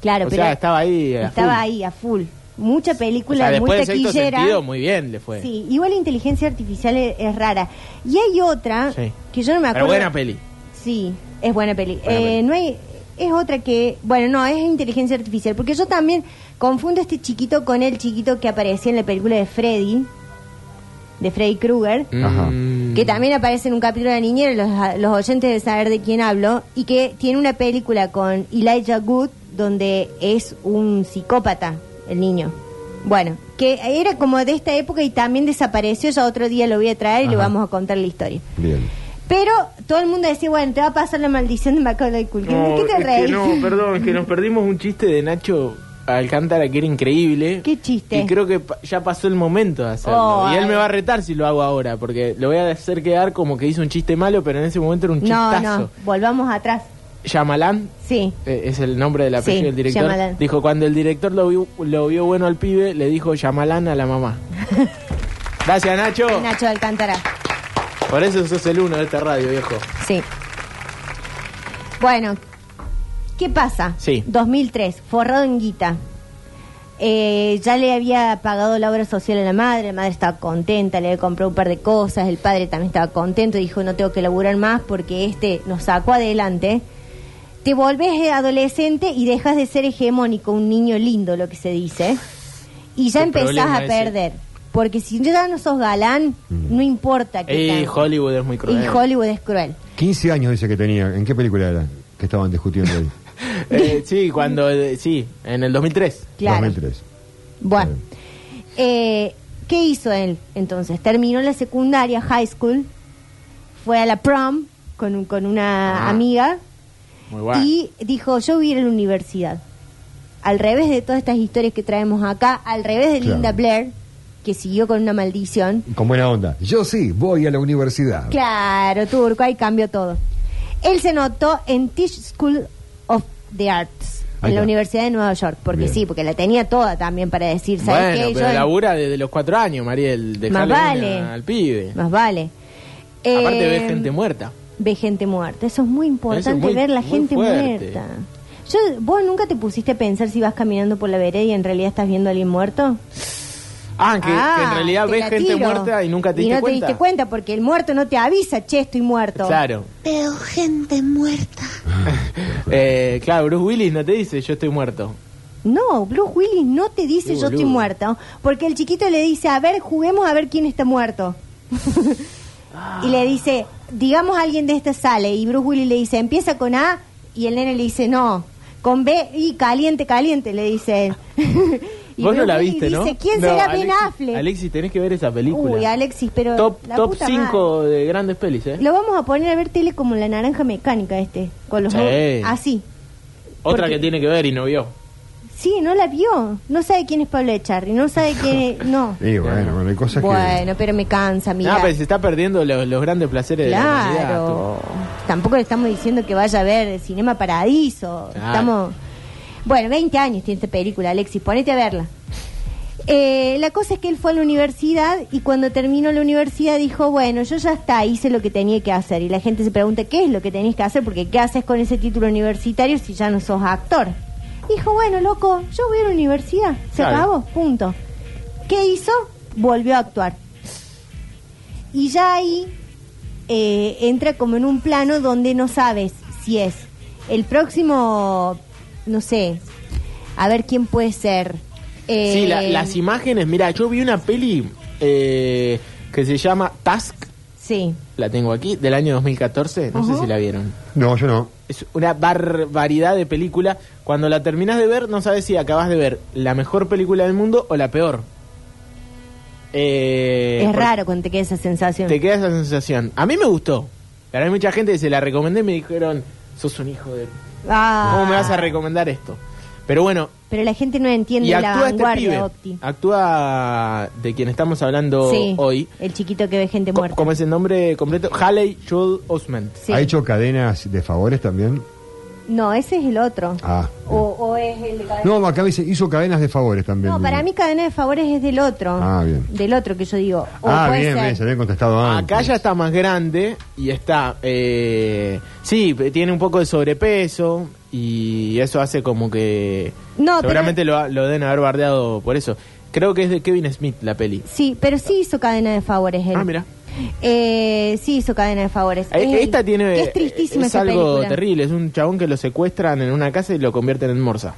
[SPEAKER 2] claro,
[SPEAKER 3] O
[SPEAKER 2] pero
[SPEAKER 3] sea, estaba ahí a
[SPEAKER 2] estaba
[SPEAKER 3] full.
[SPEAKER 2] ahí a full. Mucha
[SPEAKER 3] O
[SPEAKER 2] película,
[SPEAKER 3] sea,
[SPEAKER 2] muy
[SPEAKER 3] después del sexto
[SPEAKER 2] taquillera.
[SPEAKER 3] sentido, muy bien le fue.
[SPEAKER 2] Sí, igual la inteligencia artificial es, es rara. Y hay otra
[SPEAKER 3] Sí.
[SPEAKER 2] que yo no me
[SPEAKER 3] Pero
[SPEAKER 2] acuerdo.
[SPEAKER 3] buena peli.
[SPEAKER 2] Sí, es buena peli.
[SPEAKER 3] Buena
[SPEAKER 2] Eh,
[SPEAKER 3] peli.
[SPEAKER 2] No hay, es otra que, bueno, no, es inteligencia artificial, porque yo también confundo este chiquito con el chiquito que aparecía en la película de Freddy, de Freddy Krueger,
[SPEAKER 1] Ajá.
[SPEAKER 3] Mm.
[SPEAKER 2] que también aparece en un capítulo de Niñera, los, los oyentes deben saber de quién hablo, y que tiene una película con Elijah Good, donde es un psicópata el niño. Bueno, que era como de esta época y también desapareció, ya otro día lo voy a traer y le
[SPEAKER 1] Ajá.
[SPEAKER 2] vamos a contar la historia.
[SPEAKER 1] Bien.
[SPEAKER 2] Pero todo el mundo decía, bueno, te va a pasar la maldición de Macaulay Culkin.
[SPEAKER 3] No,
[SPEAKER 2] ¿De qué te
[SPEAKER 3] es que
[SPEAKER 2] reís?
[SPEAKER 3] no, perdón, es que nos perdimos un chiste de Nacho Alcántara que era increíble.
[SPEAKER 2] ¿Qué chiste?
[SPEAKER 3] Y creo que pa- ya pasó el momento de hacerlo.
[SPEAKER 2] Oh,
[SPEAKER 3] y él me
[SPEAKER 2] ay.
[SPEAKER 3] va a retar si lo hago ahora, porque lo voy a hacer quedar como que hizo un chiste malo, pero en ese momento era un
[SPEAKER 2] No,
[SPEAKER 3] chistazo.
[SPEAKER 2] no, volvamos atrás.
[SPEAKER 3] Shyamalan,
[SPEAKER 2] Sí.
[SPEAKER 3] eh, es el nombre del apellido
[SPEAKER 2] Sí,
[SPEAKER 3] del director.
[SPEAKER 2] Shyamalan.
[SPEAKER 3] Dijo, cuando el director lo vio, lo vio bueno al pibe, le dijo Yamalán a la mamá. Gracias, Nacho.
[SPEAKER 2] Nacho Alcántara.
[SPEAKER 3] Por eso sos el uno de esta radio, viejo.
[SPEAKER 2] Sí. Bueno, ¿qué pasa?
[SPEAKER 3] Sí.
[SPEAKER 2] 2003, forrado en guita. Eh, ya le había pagado la obra social a la madre, la madre estaba contenta, le compró un par de cosas, el padre también estaba contento, dijo no tengo que laburar más porque este nos sacó adelante. Te volvés adolescente y dejas de ser hegemónico, un niño lindo, lo que se dice. Y ya
[SPEAKER 3] Qué
[SPEAKER 2] empezás
[SPEAKER 3] problema
[SPEAKER 2] a
[SPEAKER 3] ese.
[SPEAKER 2] perder. Porque si ya no sos galán, no importa que
[SPEAKER 3] Y Hollywood es muy cruel.
[SPEAKER 2] Y Hollywood es cruel.
[SPEAKER 1] 15 años dice que tenía. ¿En qué película era? Que estaban discutiendo ahí.
[SPEAKER 3] Eh, sí, cuando... eh, sí, en el 2003.
[SPEAKER 2] Claro.
[SPEAKER 1] 2003.
[SPEAKER 2] Bueno, eh, ¿qué hizo él entonces? Terminó la secundaria, high school, fue a la prom con, un- con una
[SPEAKER 3] Ah,
[SPEAKER 2] amiga
[SPEAKER 3] Muy bueno.
[SPEAKER 2] y dijo, yo voy a ir a la universidad. Al revés de todas estas historias que traemos acá, al revés de
[SPEAKER 1] Claro.
[SPEAKER 2] Linda Blair, que siguió con una maldición.
[SPEAKER 1] Con buena onda. Yo sí, voy a la universidad.
[SPEAKER 2] Claro, turco, ahí cambió todo. Él se notó en Tisch School of the
[SPEAKER 1] Ahí
[SPEAKER 2] Arts, en la
[SPEAKER 1] está.
[SPEAKER 2] Universidad de Nueva York, porque
[SPEAKER 1] Bien.
[SPEAKER 2] sí, porque la tenía toda también para decir, ¿sabes
[SPEAKER 3] Bueno,
[SPEAKER 2] qué?
[SPEAKER 3] pero
[SPEAKER 2] Yo-
[SPEAKER 3] labura desde los cuatro años, Mariel.
[SPEAKER 2] Más
[SPEAKER 3] Dejale
[SPEAKER 2] vale.
[SPEAKER 3] una al pibe.
[SPEAKER 2] Más vale.
[SPEAKER 3] Aparte
[SPEAKER 2] Eh,
[SPEAKER 3] ves gente muerta.
[SPEAKER 2] Ve gente muerta. Eso es muy importante,
[SPEAKER 3] Eso es muy-
[SPEAKER 2] ver la
[SPEAKER 3] muy
[SPEAKER 2] gente
[SPEAKER 3] fuerte.
[SPEAKER 2] muerta. Yo, ¿Vos nunca te pusiste a pensar si vas caminando por la vereda y en realidad estás viendo a alguien muerto?
[SPEAKER 3] Ah, que, que en realidad
[SPEAKER 2] te
[SPEAKER 3] ves
[SPEAKER 2] la
[SPEAKER 3] gente
[SPEAKER 2] tiro.
[SPEAKER 3] muerta y nunca te
[SPEAKER 2] Y
[SPEAKER 3] diste
[SPEAKER 2] no
[SPEAKER 3] cuenta.
[SPEAKER 2] te diste cuenta porque el muerto no te avisa, che, estoy muerto.
[SPEAKER 3] Claro.
[SPEAKER 4] Veo gente muerta.
[SPEAKER 3] Eh, claro, Bruce Willis no te dice yo estoy muerto.
[SPEAKER 2] No, Bruce Willis no te dice
[SPEAKER 3] Qué
[SPEAKER 2] yo estoy
[SPEAKER 3] boludo.
[SPEAKER 2] muerto, porque el chiquito le dice, a ver, juguemos a ver quién está muerto. y le dice, digamos alguien de esta sale, y Bruce Willis le dice, empieza con A, y el nene le dice, no, con B y caliente, caliente, le dice él. Y
[SPEAKER 3] Vos no
[SPEAKER 2] Bruce
[SPEAKER 3] la
[SPEAKER 2] Willis
[SPEAKER 3] viste, ¿no?
[SPEAKER 2] Dice, ¿quién
[SPEAKER 3] No,
[SPEAKER 2] será Ben
[SPEAKER 3] Alexis-
[SPEAKER 2] Affleck?
[SPEAKER 3] Alexis, tenés que ver esa película.
[SPEAKER 2] Uy, Alexis, pero
[SPEAKER 3] Top,
[SPEAKER 2] la
[SPEAKER 3] top
[SPEAKER 2] puta
[SPEAKER 3] 5 de grandes pelis, ¿eh?
[SPEAKER 2] madre. Lo vamos a poner a ver tele como la naranja mecánica este, con los
[SPEAKER 3] Sí.
[SPEAKER 2] ojos así.
[SPEAKER 3] Otra
[SPEAKER 2] porque-
[SPEAKER 3] que tiene que ver y no vio.
[SPEAKER 2] Sí, no la vio. No sabe quién es Pablo Echarri, no sabe quién es... No.
[SPEAKER 1] Y bueno, bueno, hay cosas
[SPEAKER 2] Bueno, pero me cansa, mira.
[SPEAKER 3] Ah, pero se está perdiendo los, los grandes placeres de la humanidad, tú.
[SPEAKER 2] Claro. Tampoco le estamos diciendo que vaya a ver Cinema Paradiso.
[SPEAKER 3] Claro.
[SPEAKER 2] Estamos. Bueno, 20 años tiene esta película, Alexis, ponete a verla. Eh, la cosa es que él fue a la universidad y cuando terminó la universidad dijo, bueno, yo ya está, hice lo que tenía que hacer. Y la gente se pregunta, ¿qué es lo que tenés que hacer? Porque ¿qué haces con ese título universitario si ya no sos actor? Dijo, bueno, loco, yo voy a la universidad, se
[SPEAKER 3] Claro.
[SPEAKER 2] acabó, punto. ¿Qué hizo? Volvió a actuar. Y ya ahí eh, entra como en un plano donde no sabes si es el próximo, no sé, a ver quién puede ser. Eh,
[SPEAKER 3] Sí, la- las imágenes, mira, yo vi una peli eh, que se llama Task,
[SPEAKER 2] Sí.
[SPEAKER 3] la tengo aquí, del año 2014, no sé
[SPEAKER 2] Ujú.
[SPEAKER 3] si la vieron.
[SPEAKER 1] que... No, yo no.
[SPEAKER 3] Es una barbaridad de película. Cuando la terminas de ver, no sabes si acabas de ver la mejor película del mundo o la peor. Eh,
[SPEAKER 2] es
[SPEAKER 3] porque
[SPEAKER 2] raro cuando te queda esa sensación.
[SPEAKER 3] Te queda esa sensación. A mí me gustó. Pero hay mucha gente que se la recomendé y me dijeron, sos un hijo de...
[SPEAKER 2] Ah.
[SPEAKER 3] ¿Cómo me vas a recomendar esto? Pero bueno,
[SPEAKER 2] Pero la gente no entiende
[SPEAKER 3] y
[SPEAKER 2] la
[SPEAKER 3] actúa este
[SPEAKER 2] vanguardia,
[SPEAKER 3] pibe.
[SPEAKER 2] Opti.
[SPEAKER 3] Actúa de quien estamos hablando
[SPEAKER 2] Sí,
[SPEAKER 3] hoy.
[SPEAKER 2] El chiquito que ve gente
[SPEAKER 3] Co-
[SPEAKER 2] muerta.
[SPEAKER 3] ¿Cómo es el nombre completo? Haley Joel Osment.
[SPEAKER 2] Sí.
[SPEAKER 1] ¿Ha hecho cadenas de favores también?
[SPEAKER 2] No, ese es el otro.
[SPEAKER 1] Ah.
[SPEAKER 2] O, o es el de cadena.
[SPEAKER 1] No, acá dice, hizo cadenas de favores también.
[SPEAKER 2] Oh. No, para mí cadena de favores es del otro.
[SPEAKER 1] Ah, bien.
[SPEAKER 2] Del otro que yo digo. O
[SPEAKER 1] Ah,
[SPEAKER 2] Oh, puede
[SPEAKER 1] bien,
[SPEAKER 2] ser-
[SPEAKER 1] bien, se habían contestado antes.
[SPEAKER 3] Acá ya está más grande y está... eh, sí, pe- tiene un poco de sobrepeso y eso hace como que...
[SPEAKER 2] No, pero-
[SPEAKER 3] seguramente lo, ha- lo deben haber bardeado por eso. Creo que es de Kevin Smith la peli.
[SPEAKER 2] Sí, pero sí hizo cadena de favores él.
[SPEAKER 3] Ah, mira.
[SPEAKER 2] Eh, sí hizo cadena de favores.
[SPEAKER 3] Eh,
[SPEAKER 2] Es-
[SPEAKER 3] Esta tiene...
[SPEAKER 2] Es tristísima
[SPEAKER 3] Es
[SPEAKER 2] esa
[SPEAKER 3] algo
[SPEAKER 2] película.
[SPEAKER 3] terrible. Es un chabón que lo secuestran en una casa y lo convierten en morsa.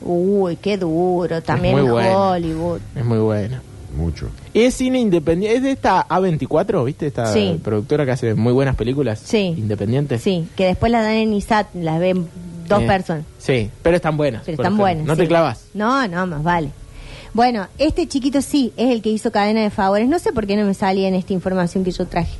[SPEAKER 2] Uy, qué duro. También
[SPEAKER 3] muy
[SPEAKER 2] en
[SPEAKER 3] buena.
[SPEAKER 2] Hollywood.
[SPEAKER 3] Es muy buena.
[SPEAKER 1] Mucho.
[SPEAKER 3] Y es cine independiente, es de esta A24, ¿viste? Esta
[SPEAKER 2] Sí.
[SPEAKER 3] productora que hace muy buenas películas
[SPEAKER 2] Sí.
[SPEAKER 3] independientes.
[SPEAKER 2] Sí, que después las dan en ISAT, las ven dos
[SPEAKER 3] Eh,
[SPEAKER 2] personas.
[SPEAKER 3] Sí, pero están buenas.
[SPEAKER 2] Pero
[SPEAKER 3] por
[SPEAKER 2] están
[SPEAKER 3] ejemplo.
[SPEAKER 2] buenas.
[SPEAKER 3] No
[SPEAKER 2] sí.
[SPEAKER 3] te clavas.
[SPEAKER 2] No, no, más vale. Bueno, este chiquito sí es el que hizo cadena de favores. No sé por qué no me salía en esta información que yo traje.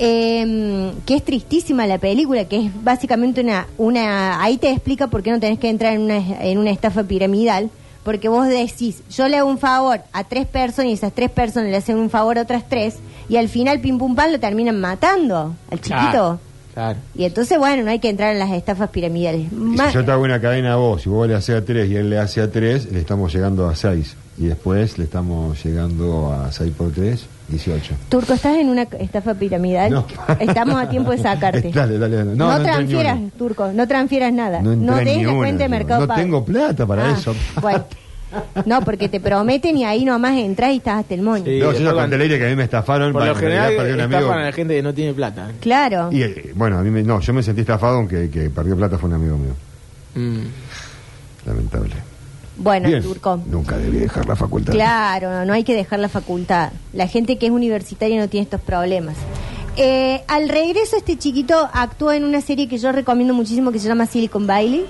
[SPEAKER 2] Eh, que es tristísima la película, que es básicamente una, una... Ahí te explica por qué no tenés que entrar en una, en una estafa piramidal. Porque vos decís, yo le hago un favor a tres personas y esas tres personas le hacen un favor a otras tres. Y al final, pim pum pam, lo terminan matando al chiquito.
[SPEAKER 3] Claro, claro.
[SPEAKER 2] Y entonces, bueno, no hay que entrar en las estafas piramidales.
[SPEAKER 1] Y
[SPEAKER 2] Ma-
[SPEAKER 1] Si yo te hago una cadena a vos, y vos le haces a 3 y él le hace a 3, le estamos llegando a 6. Y después le estamos llegando a 6 por 3, 18.
[SPEAKER 2] Turco, ¿estás en una estafa piramidal?
[SPEAKER 1] No.
[SPEAKER 2] Estamos a tiempo de sacarte.
[SPEAKER 1] Dale, dale, dale. No,
[SPEAKER 2] No,
[SPEAKER 1] no entré en
[SPEAKER 2] transfieras,
[SPEAKER 1] ni una.
[SPEAKER 2] Turco, no transfieras nada.
[SPEAKER 1] No
[SPEAKER 2] No,
[SPEAKER 1] entré en
[SPEAKER 2] des
[SPEAKER 1] ni
[SPEAKER 2] la
[SPEAKER 1] una,
[SPEAKER 2] cuenta de
[SPEAKER 1] no.
[SPEAKER 2] Mercado
[SPEAKER 1] No
[SPEAKER 2] Pago. Ah.
[SPEAKER 1] tengo plata para eso.
[SPEAKER 2] Bueno, no, porque te prometen y ahí nomás entras y estás hasta el moño.
[SPEAKER 1] no,
[SPEAKER 3] Sí. después
[SPEAKER 1] yo ya
[SPEAKER 3] cuando-
[SPEAKER 1] conté el aire que a mí me estafaron.
[SPEAKER 3] Por
[SPEAKER 1] para
[SPEAKER 3] lo
[SPEAKER 1] en realidad
[SPEAKER 3] general
[SPEAKER 1] perdí un
[SPEAKER 3] estafan
[SPEAKER 1] amigo.
[SPEAKER 3] a la gente que no tiene plata.
[SPEAKER 2] Claro.
[SPEAKER 1] Y eh, bueno, a mí me, no, yo me sentí estafado, aunque el que perdió plata fue un amigo mío.
[SPEAKER 3] Mm.
[SPEAKER 1] Lamentable.
[SPEAKER 2] Bueno,
[SPEAKER 1] Bien.
[SPEAKER 2] Turco.
[SPEAKER 1] Nunca debí dejar la facultad.
[SPEAKER 2] Claro, no hay que dejar la facultad. La gente que es universitaria no tiene estos problemas. Eh, al regreso, este chiquito actúa en una serie que yo recomiendo muchísimo que se llama Silicon Valley,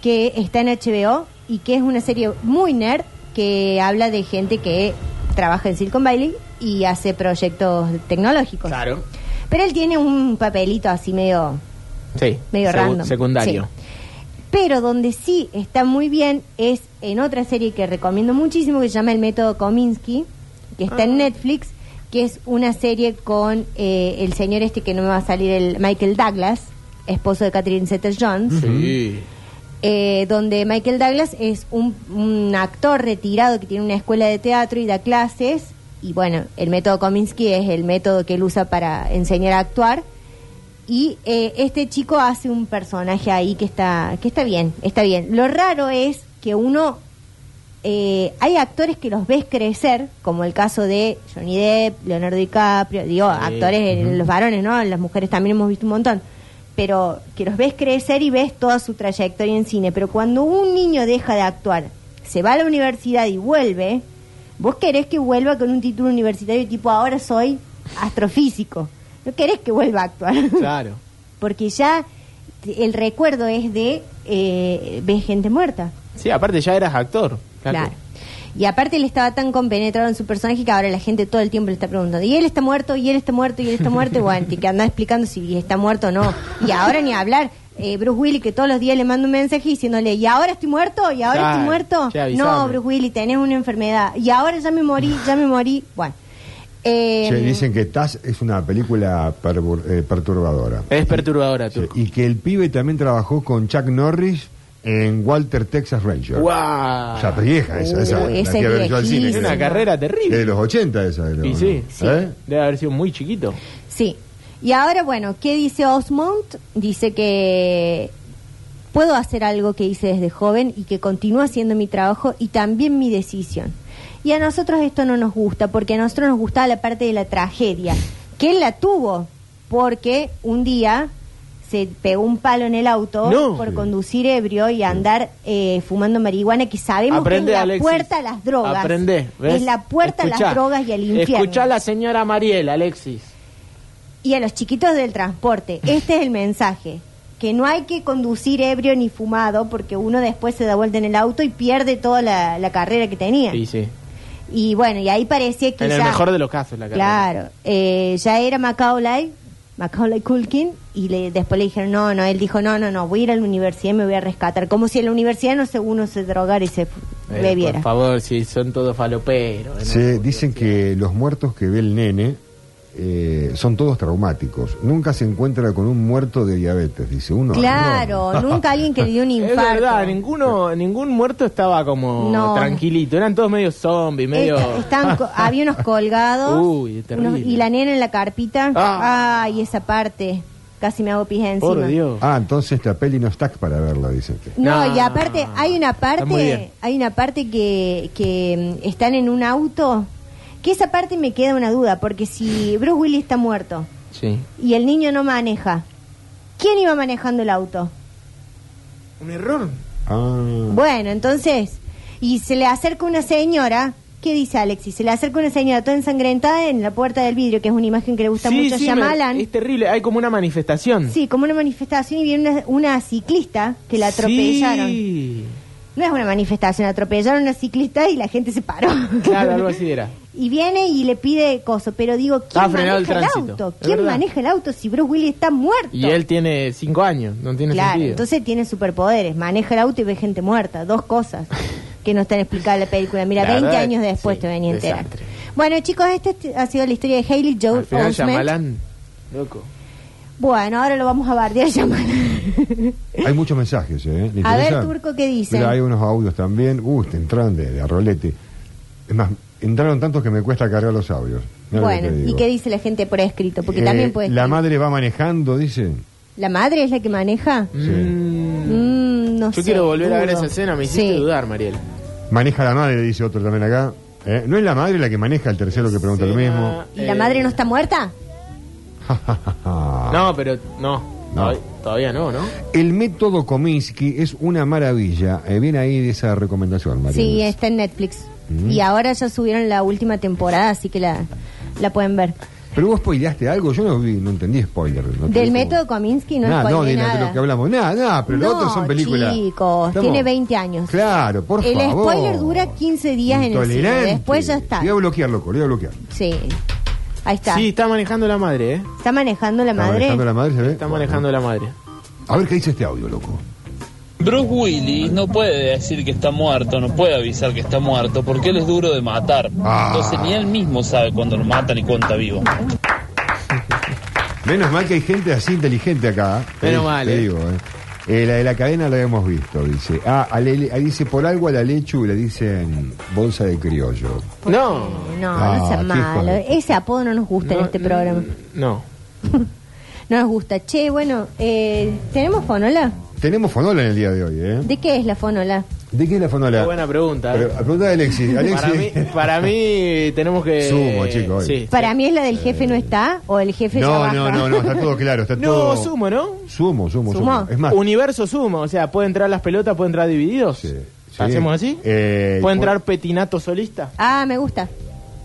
[SPEAKER 2] que está en HBO y que es una serie muy nerd que habla de gente que trabaja en Silicon Valley y hace proyectos tecnológicos.
[SPEAKER 3] Claro.
[SPEAKER 2] Pero él tiene un papelito así medio
[SPEAKER 3] Sí.
[SPEAKER 2] medio
[SPEAKER 3] segu-
[SPEAKER 2] random.
[SPEAKER 3] Secundario.
[SPEAKER 2] Sí. Pero donde sí está muy bien es en otra serie que recomiendo muchísimo que se llama El Método Kominsky, que está en Netflix, que es una serie con eh, el señor este que no me va a salir, el Michael Douglas, esposo de Catherine Zeta-Jones
[SPEAKER 3] Sí.
[SPEAKER 2] eh, donde Michael Douglas es un, un actor retirado que tiene una escuela de teatro y da clases. Y bueno, el método Kominsky es el método que él usa para enseñar a actuar. Y eh, este chico hace un personaje ahí que está, que está bien, está bien. Lo raro es que uno... eh, hay actores que los ves crecer, como el caso de Johnny Depp, Leonardo DiCaprio, digo,
[SPEAKER 3] Sí.
[SPEAKER 2] actores eh, los varones, ¿no? Las mujeres también hemos visto un montón. Pero que los ves crecer y ves toda su trayectoria en cine. Pero cuando un niño deja de actuar, se va a la universidad y vuelve, vos querés que vuelva con un título universitario tipo ahora soy astrofísico. No querés que vuelva a actuar.
[SPEAKER 3] Claro.
[SPEAKER 2] Porque ya el recuerdo es de eh, ves gente muerta.
[SPEAKER 3] Sí, aparte ya eras actor. Claro.
[SPEAKER 2] Claro. Y aparte él estaba tan compenetrado en su personaje que ahora la gente todo el tiempo le está preguntando, y él está muerto, y él está muerto, y él está muerto, y bueno, te- que anda explicando si está muerto o no. Y ahora ni hablar. Eh, Bruce Willis que todos los días le manda un mensaje diciéndole, y ahora estoy muerto, y ahora
[SPEAKER 3] Claro,
[SPEAKER 2] estoy muerto.
[SPEAKER 3] che, avísame.
[SPEAKER 2] no, Bruce Willis, tenés una enfermedad. Y ahora ya me morí, ya me morí. Bueno. Eh,
[SPEAKER 1] Che, dicen que Taz es una película pervur- eh, perturbadora.
[SPEAKER 3] Es perturbadora,
[SPEAKER 1] Sí,
[SPEAKER 3] Turco.
[SPEAKER 1] Eh, y que el pibe también trabajó con Chuck Norris en Walter Texas Ranger.
[SPEAKER 3] ¡Guau!
[SPEAKER 1] O sea, pero vieja esa,
[SPEAKER 2] Uh,
[SPEAKER 1] esa, la
[SPEAKER 2] esa
[SPEAKER 1] fui a
[SPEAKER 2] es
[SPEAKER 1] ver yo al
[SPEAKER 3] Es
[SPEAKER 1] cine.
[SPEAKER 2] viejísima.
[SPEAKER 3] una carrera terrible.
[SPEAKER 1] Es de los 80 esa. era,
[SPEAKER 3] Y
[SPEAKER 1] ¿no?
[SPEAKER 3] sí.
[SPEAKER 1] ¿Eh?
[SPEAKER 3] Debe haber sido muy chiquito.
[SPEAKER 2] Sí. Y ahora, bueno, ¿qué dice Osmond? Dice que puedo hacer algo que hice desde joven y que continúa siendo mi trabajo y también mi decisión. Y a nosotros esto no nos gusta, porque a nosotros nos gustaba la parte de la tragedia, que él la tuvo, porque un día se pegó un palo en el auto
[SPEAKER 3] No.
[SPEAKER 2] por conducir ebrio y andar eh, fumando marihuana, que sabemos que
[SPEAKER 3] Aprende,
[SPEAKER 2] es la
[SPEAKER 3] Alexis.
[SPEAKER 2] puerta a las drogas.
[SPEAKER 3] Aprende. ¿ves?
[SPEAKER 2] Es la puerta a
[SPEAKER 3] Escuchá.
[SPEAKER 2] las drogas y al infierno
[SPEAKER 3] Escuchá a la señora Mariel, Alexis.
[SPEAKER 2] y a los chiquitos del transporte. Este es el mensaje. Que no hay que conducir ebrio ni fumado porque uno después se da vuelta en el auto y pierde toda la, la carrera que tenía.
[SPEAKER 3] Sí, sí.
[SPEAKER 2] Y bueno, y ahí parecía que
[SPEAKER 3] En el
[SPEAKER 2] ya-
[SPEAKER 3] mejor de los casos, la carrera.
[SPEAKER 2] Claro. eh, ya era Macaulay, Macaulay Culkin, y le, después le dijeron, no, no, él dijo, no, no, no, voy a ir a la universidad y me voy a rescatar. Como si en la universidad no se uno se drogara y se
[SPEAKER 3] Eh,
[SPEAKER 2] bebiera.
[SPEAKER 3] por favor, si son todos faloperos.
[SPEAKER 1] Sí,
[SPEAKER 3] ¿no?
[SPEAKER 1] dicen que los muertos que ve el nene eh, son todos traumáticos. Nunca se encuentra con un muerto de diabetes, dice uno.
[SPEAKER 2] claro,
[SPEAKER 1] no.
[SPEAKER 2] nunca alguien que le dio un
[SPEAKER 3] Es
[SPEAKER 2] infarto.
[SPEAKER 3] verdad, ninguno, ningún muerto estaba como
[SPEAKER 2] No. Eh,
[SPEAKER 3] tranquilito. Eran todos medio zombies, medio.
[SPEAKER 2] Esta- estaban co- había unos colgados
[SPEAKER 3] Uy, terrible.
[SPEAKER 2] y la nena en la carpita.
[SPEAKER 3] Ah.
[SPEAKER 2] Ay, esa parte. Casi me hago pija encima.
[SPEAKER 3] Por Dios.
[SPEAKER 1] Ah, entonces la peli no está para verla, este. dicen. que.
[SPEAKER 2] No,
[SPEAKER 3] No.
[SPEAKER 2] y aparte hay una
[SPEAKER 3] Está muy bien.
[SPEAKER 2] parte, hay una parte que, que mm, están en un auto, que esa parte me queda una duda, porque si Bruce Willis está muerto
[SPEAKER 3] Sí.
[SPEAKER 2] y el niño no maneja, ¿quién iba manejando el auto?
[SPEAKER 3] Un error.
[SPEAKER 1] Ah.
[SPEAKER 2] Bueno, entonces, y se le acerca una señora, ¿qué dice Alexis? Se le acerca una señora toda ensangrentada en la puerta del vidrio, que es una imagen que le gusta mucho a
[SPEAKER 3] me-
[SPEAKER 2] Shyamalan.
[SPEAKER 3] es terrible. Hay como una manifestación.
[SPEAKER 2] Sí, como una manifestación y viene una, una ciclista que la
[SPEAKER 3] Sí.
[SPEAKER 2] atropellaron. No es una manifestación, atropellaron a una ciclista y la gente se paró.
[SPEAKER 3] Claro, algo así era.
[SPEAKER 2] Y viene y le pide coso, pero digo, ¿quién
[SPEAKER 3] Ah, frenado el
[SPEAKER 2] maneja el,
[SPEAKER 3] tránsito.
[SPEAKER 2] auto?
[SPEAKER 3] Es
[SPEAKER 2] ¿Quién
[SPEAKER 3] verdad.
[SPEAKER 2] maneja el auto si Bruce Willis está muerto?
[SPEAKER 3] Y él tiene cinco años, no tiene
[SPEAKER 2] Claro,
[SPEAKER 3] sentido.
[SPEAKER 2] entonces tiene superpoderes. Maneja el auto y ve gente muerta. Dos cosas que no están explicadas en la película. Mira,
[SPEAKER 3] La
[SPEAKER 2] 20
[SPEAKER 3] verdad,
[SPEAKER 2] años después
[SPEAKER 3] sí,
[SPEAKER 2] te venía a enterar.
[SPEAKER 3] desastre.
[SPEAKER 2] Bueno, chicos, esta este ha sido la historia de Hailey Joel
[SPEAKER 3] Al final
[SPEAKER 2] Osment.
[SPEAKER 3] Shyamalan, loco.
[SPEAKER 2] Bueno, ahora lo vamos a bardear Shyamalan.
[SPEAKER 1] Hay muchos mensajes, ¿eh? ¿Le
[SPEAKER 2] A ver,
[SPEAKER 1] interesa?
[SPEAKER 2] Turco, ¿qué dicen?
[SPEAKER 1] Mira, hay unos audios también. Uy, te entraron de, de a rolete. Es más, entraron tantos que me cuesta cargar los audios. Mira lo que te
[SPEAKER 2] bueno, ¿y
[SPEAKER 1] digo.
[SPEAKER 2] qué dice la gente por escrito? Porque
[SPEAKER 1] Eh,
[SPEAKER 2] también puede...
[SPEAKER 1] La madre va manejando, dice.
[SPEAKER 2] ¿La madre es la que maneja?
[SPEAKER 1] Sí.
[SPEAKER 2] Mm, no
[SPEAKER 3] Yo
[SPEAKER 2] sé,
[SPEAKER 3] quiero volver a ver
[SPEAKER 2] dudo.
[SPEAKER 3] esa escena, me hiciste
[SPEAKER 2] Sí.
[SPEAKER 3] dudar, Mariel.
[SPEAKER 1] Maneja la madre, dice otro también acá. ¿Eh? ¿No es la madre la que maneja el tercero que pregunta lo mismo?
[SPEAKER 2] ¿Y la madre no está muerta?
[SPEAKER 3] No, pero no.
[SPEAKER 1] Ah. No.
[SPEAKER 3] Todavía- Todavía no, ¿no?
[SPEAKER 1] El método Kominsky es una maravilla. Eh, viene ahí esa recomendación, María. Mm.
[SPEAKER 2] Sí,
[SPEAKER 1] Luis.
[SPEAKER 2] está en Netflix. Y ahora ya subieron la última temporada, así que la, la pueden ver.
[SPEAKER 1] Pero vos spoileaste algo, yo no vi, no entendí spoiler. no te digo.
[SPEAKER 2] Del método Kominsky no
[SPEAKER 1] nada, no, de,
[SPEAKER 2] spoileé
[SPEAKER 1] la- de
[SPEAKER 2] nada.
[SPEAKER 1] lo que hablamos. Nada, nada, pero los
[SPEAKER 2] No,
[SPEAKER 1] otros son películas.
[SPEAKER 2] chicos,
[SPEAKER 1] Estamos-
[SPEAKER 2] tiene 20 años.
[SPEAKER 1] Claro, por
[SPEAKER 2] El
[SPEAKER 1] favor.
[SPEAKER 2] spoiler dura 15 días en el cine,
[SPEAKER 1] Intolerante.
[SPEAKER 2] después ya está.
[SPEAKER 1] Lo Voy a bloquear, loco, lo voy a bloquear.
[SPEAKER 2] Sí. Ahí está.
[SPEAKER 3] Sí, está manejando la madre, ¿eh?
[SPEAKER 2] ¿Está manejando la
[SPEAKER 1] ¿Está
[SPEAKER 2] madre?
[SPEAKER 1] manejando la madre? ¿se ve?
[SPEAKER 3] Está
[SPEAKER 1] Bueno.
[SPEAKER 3] manejando la madre.
[SPEAKER 1] A ver qué dice este audio, loco.
[SPEAKER 5] Bruce Willis no puede decir que está muerto, no puede avisar que está muerto, porque él es duro de matar.
[SPEAKER 1] Ah.
[SPEAKER 5] Entonces ni él mismo sabe cuándo lo matan y cuándo está vivo.
[SPEAKER 1] Menos mal que hay gente así inteligente acá. ¿eh?
[SPEAKER 3] Menos
[SPEAKER 1] Te-
[SPEAKER 3] mal,
[SPEAKER 1] Te
[SPEAKER 3] eh.
[SPEAKER 1] digo, ¿eh? Eh, la de la cadena la hemos visto, dice. Ah, a Lele- ah, dice, por algo a la lechu le dicen bolsa de criollo.
[SPEAKER 3] No.
[SPEAKER 2] No,
[SPEAKER 1] Ah,
[SPEAKER 2] no sea
[SPEAKER 1] qué
[SPEAKER 2] malo.
[SPEAKER 1] hijo de- eh.
[SPEAKER 2] Ese apodo no nos gusta en
[SPEAKER 3] No,
[SPEAKER 2] este programa.
[SPEAKER 3] No.
[SPEAKER 2] No nos gusta. Che, bueno, eh, ¿tenemos fonola?
[SPEAKER 1] Tenemos fonola en el día de hoy, ¿eh?
[SPEAKER 2] ¿De qué es la fonola?
[SPEAKER 1] ¿De qué es la fonola?
[SPEAKER 3] Qué buena pregunta. ¿eh?
[SPEAKER 1] Pero, a preguntar a Alexis. Alexis.
[SPEAKER 3] Para mí, para mí tenemos que.
[SPEAKER 1] Sumo, chico, hoy.
[SPEAKER 3] Sí.
[SPEAKER 2] Para mí es la del jefe no está o el jefe ya
[SPEAKER 1] Eh. no,
[SPEAKER 2] baja.
[SPEAKER 1] no, no, no, está todo claro, está todo...
[SPEAKER 3] No, sumo, ¿no?
[SPEAKER 1] Sumo, sumo, sumo.
[SPEAKER 2] Sumó.
[SPEAKER 1] Es más...
[SPEAKER 3] Universo sumo, o sea, puede entrar las pelotas, puede entrar divididos.
[SPEAKER 1] Sí, sí.
[SPEAKER 3] ¿Hacemos así?
[SPEAKER 1] Eh,
[SPEAKER 3] puede entrar
[SPEAKER 1] por-
[SPEAKER 3] petinato solista.
[SPEAKER 2] Ah, me gusta.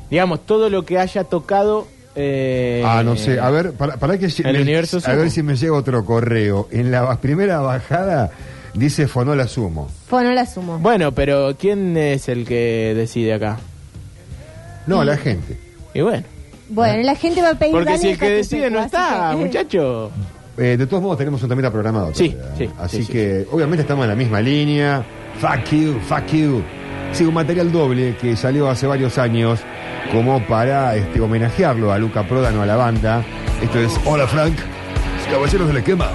[SPEAKER 3] Digamos, todo lo que haya tocado eh,
[SPEAKER 1] Ah, no sé. A ver, para, para que si-
[SPEAKER 3] el universo
[SPEAKER 1] a ver
[SPEAKER 3] sumo.
[SPEAKER 1] si me llega otro correo. En la ba- primera bajada dice Fonola Sumo.
[SPEAKER 2] Pues no la sumo.
[SPEAKER 3] Bueno, pero ¿quién es el que decide acá?
[SPEAKER 1] No, la gente.
[SPEAKER 3] Y bueno.
[SPEAKER 2] Bueno, la gente va a pedir
[SPEAKER 3] Porque si
[SPEAKER 2] Dani
[SPEAKER 3] el que
[SPEAKER 2] Catupecu,
[SPEAKER 3] decide no
[SPEAKER 2] así
[SPEAKER 3] está,
[SPEAKER 2] que-
[SPEAKER 3] muchacho.
[SPEAKER 1] Eh, de todos modos tenemos un temita programado.
[SPEAKER 3] Sí,
[SPEAKER 1] todavía. ¿eh?
[SPEAKER 3] sí,
[SPEAKER 1] Así
[SPEAKER 3] sí, sí,
[SPEAKER 1] que obviamente estamos en la misma línea. Fuck you, fuck you. Sí, un material doble que salió hace varios años como para este, homenajearlo a Luca Prodano, a la banda. Esto es Hola Frank, Caballeros del Esquema.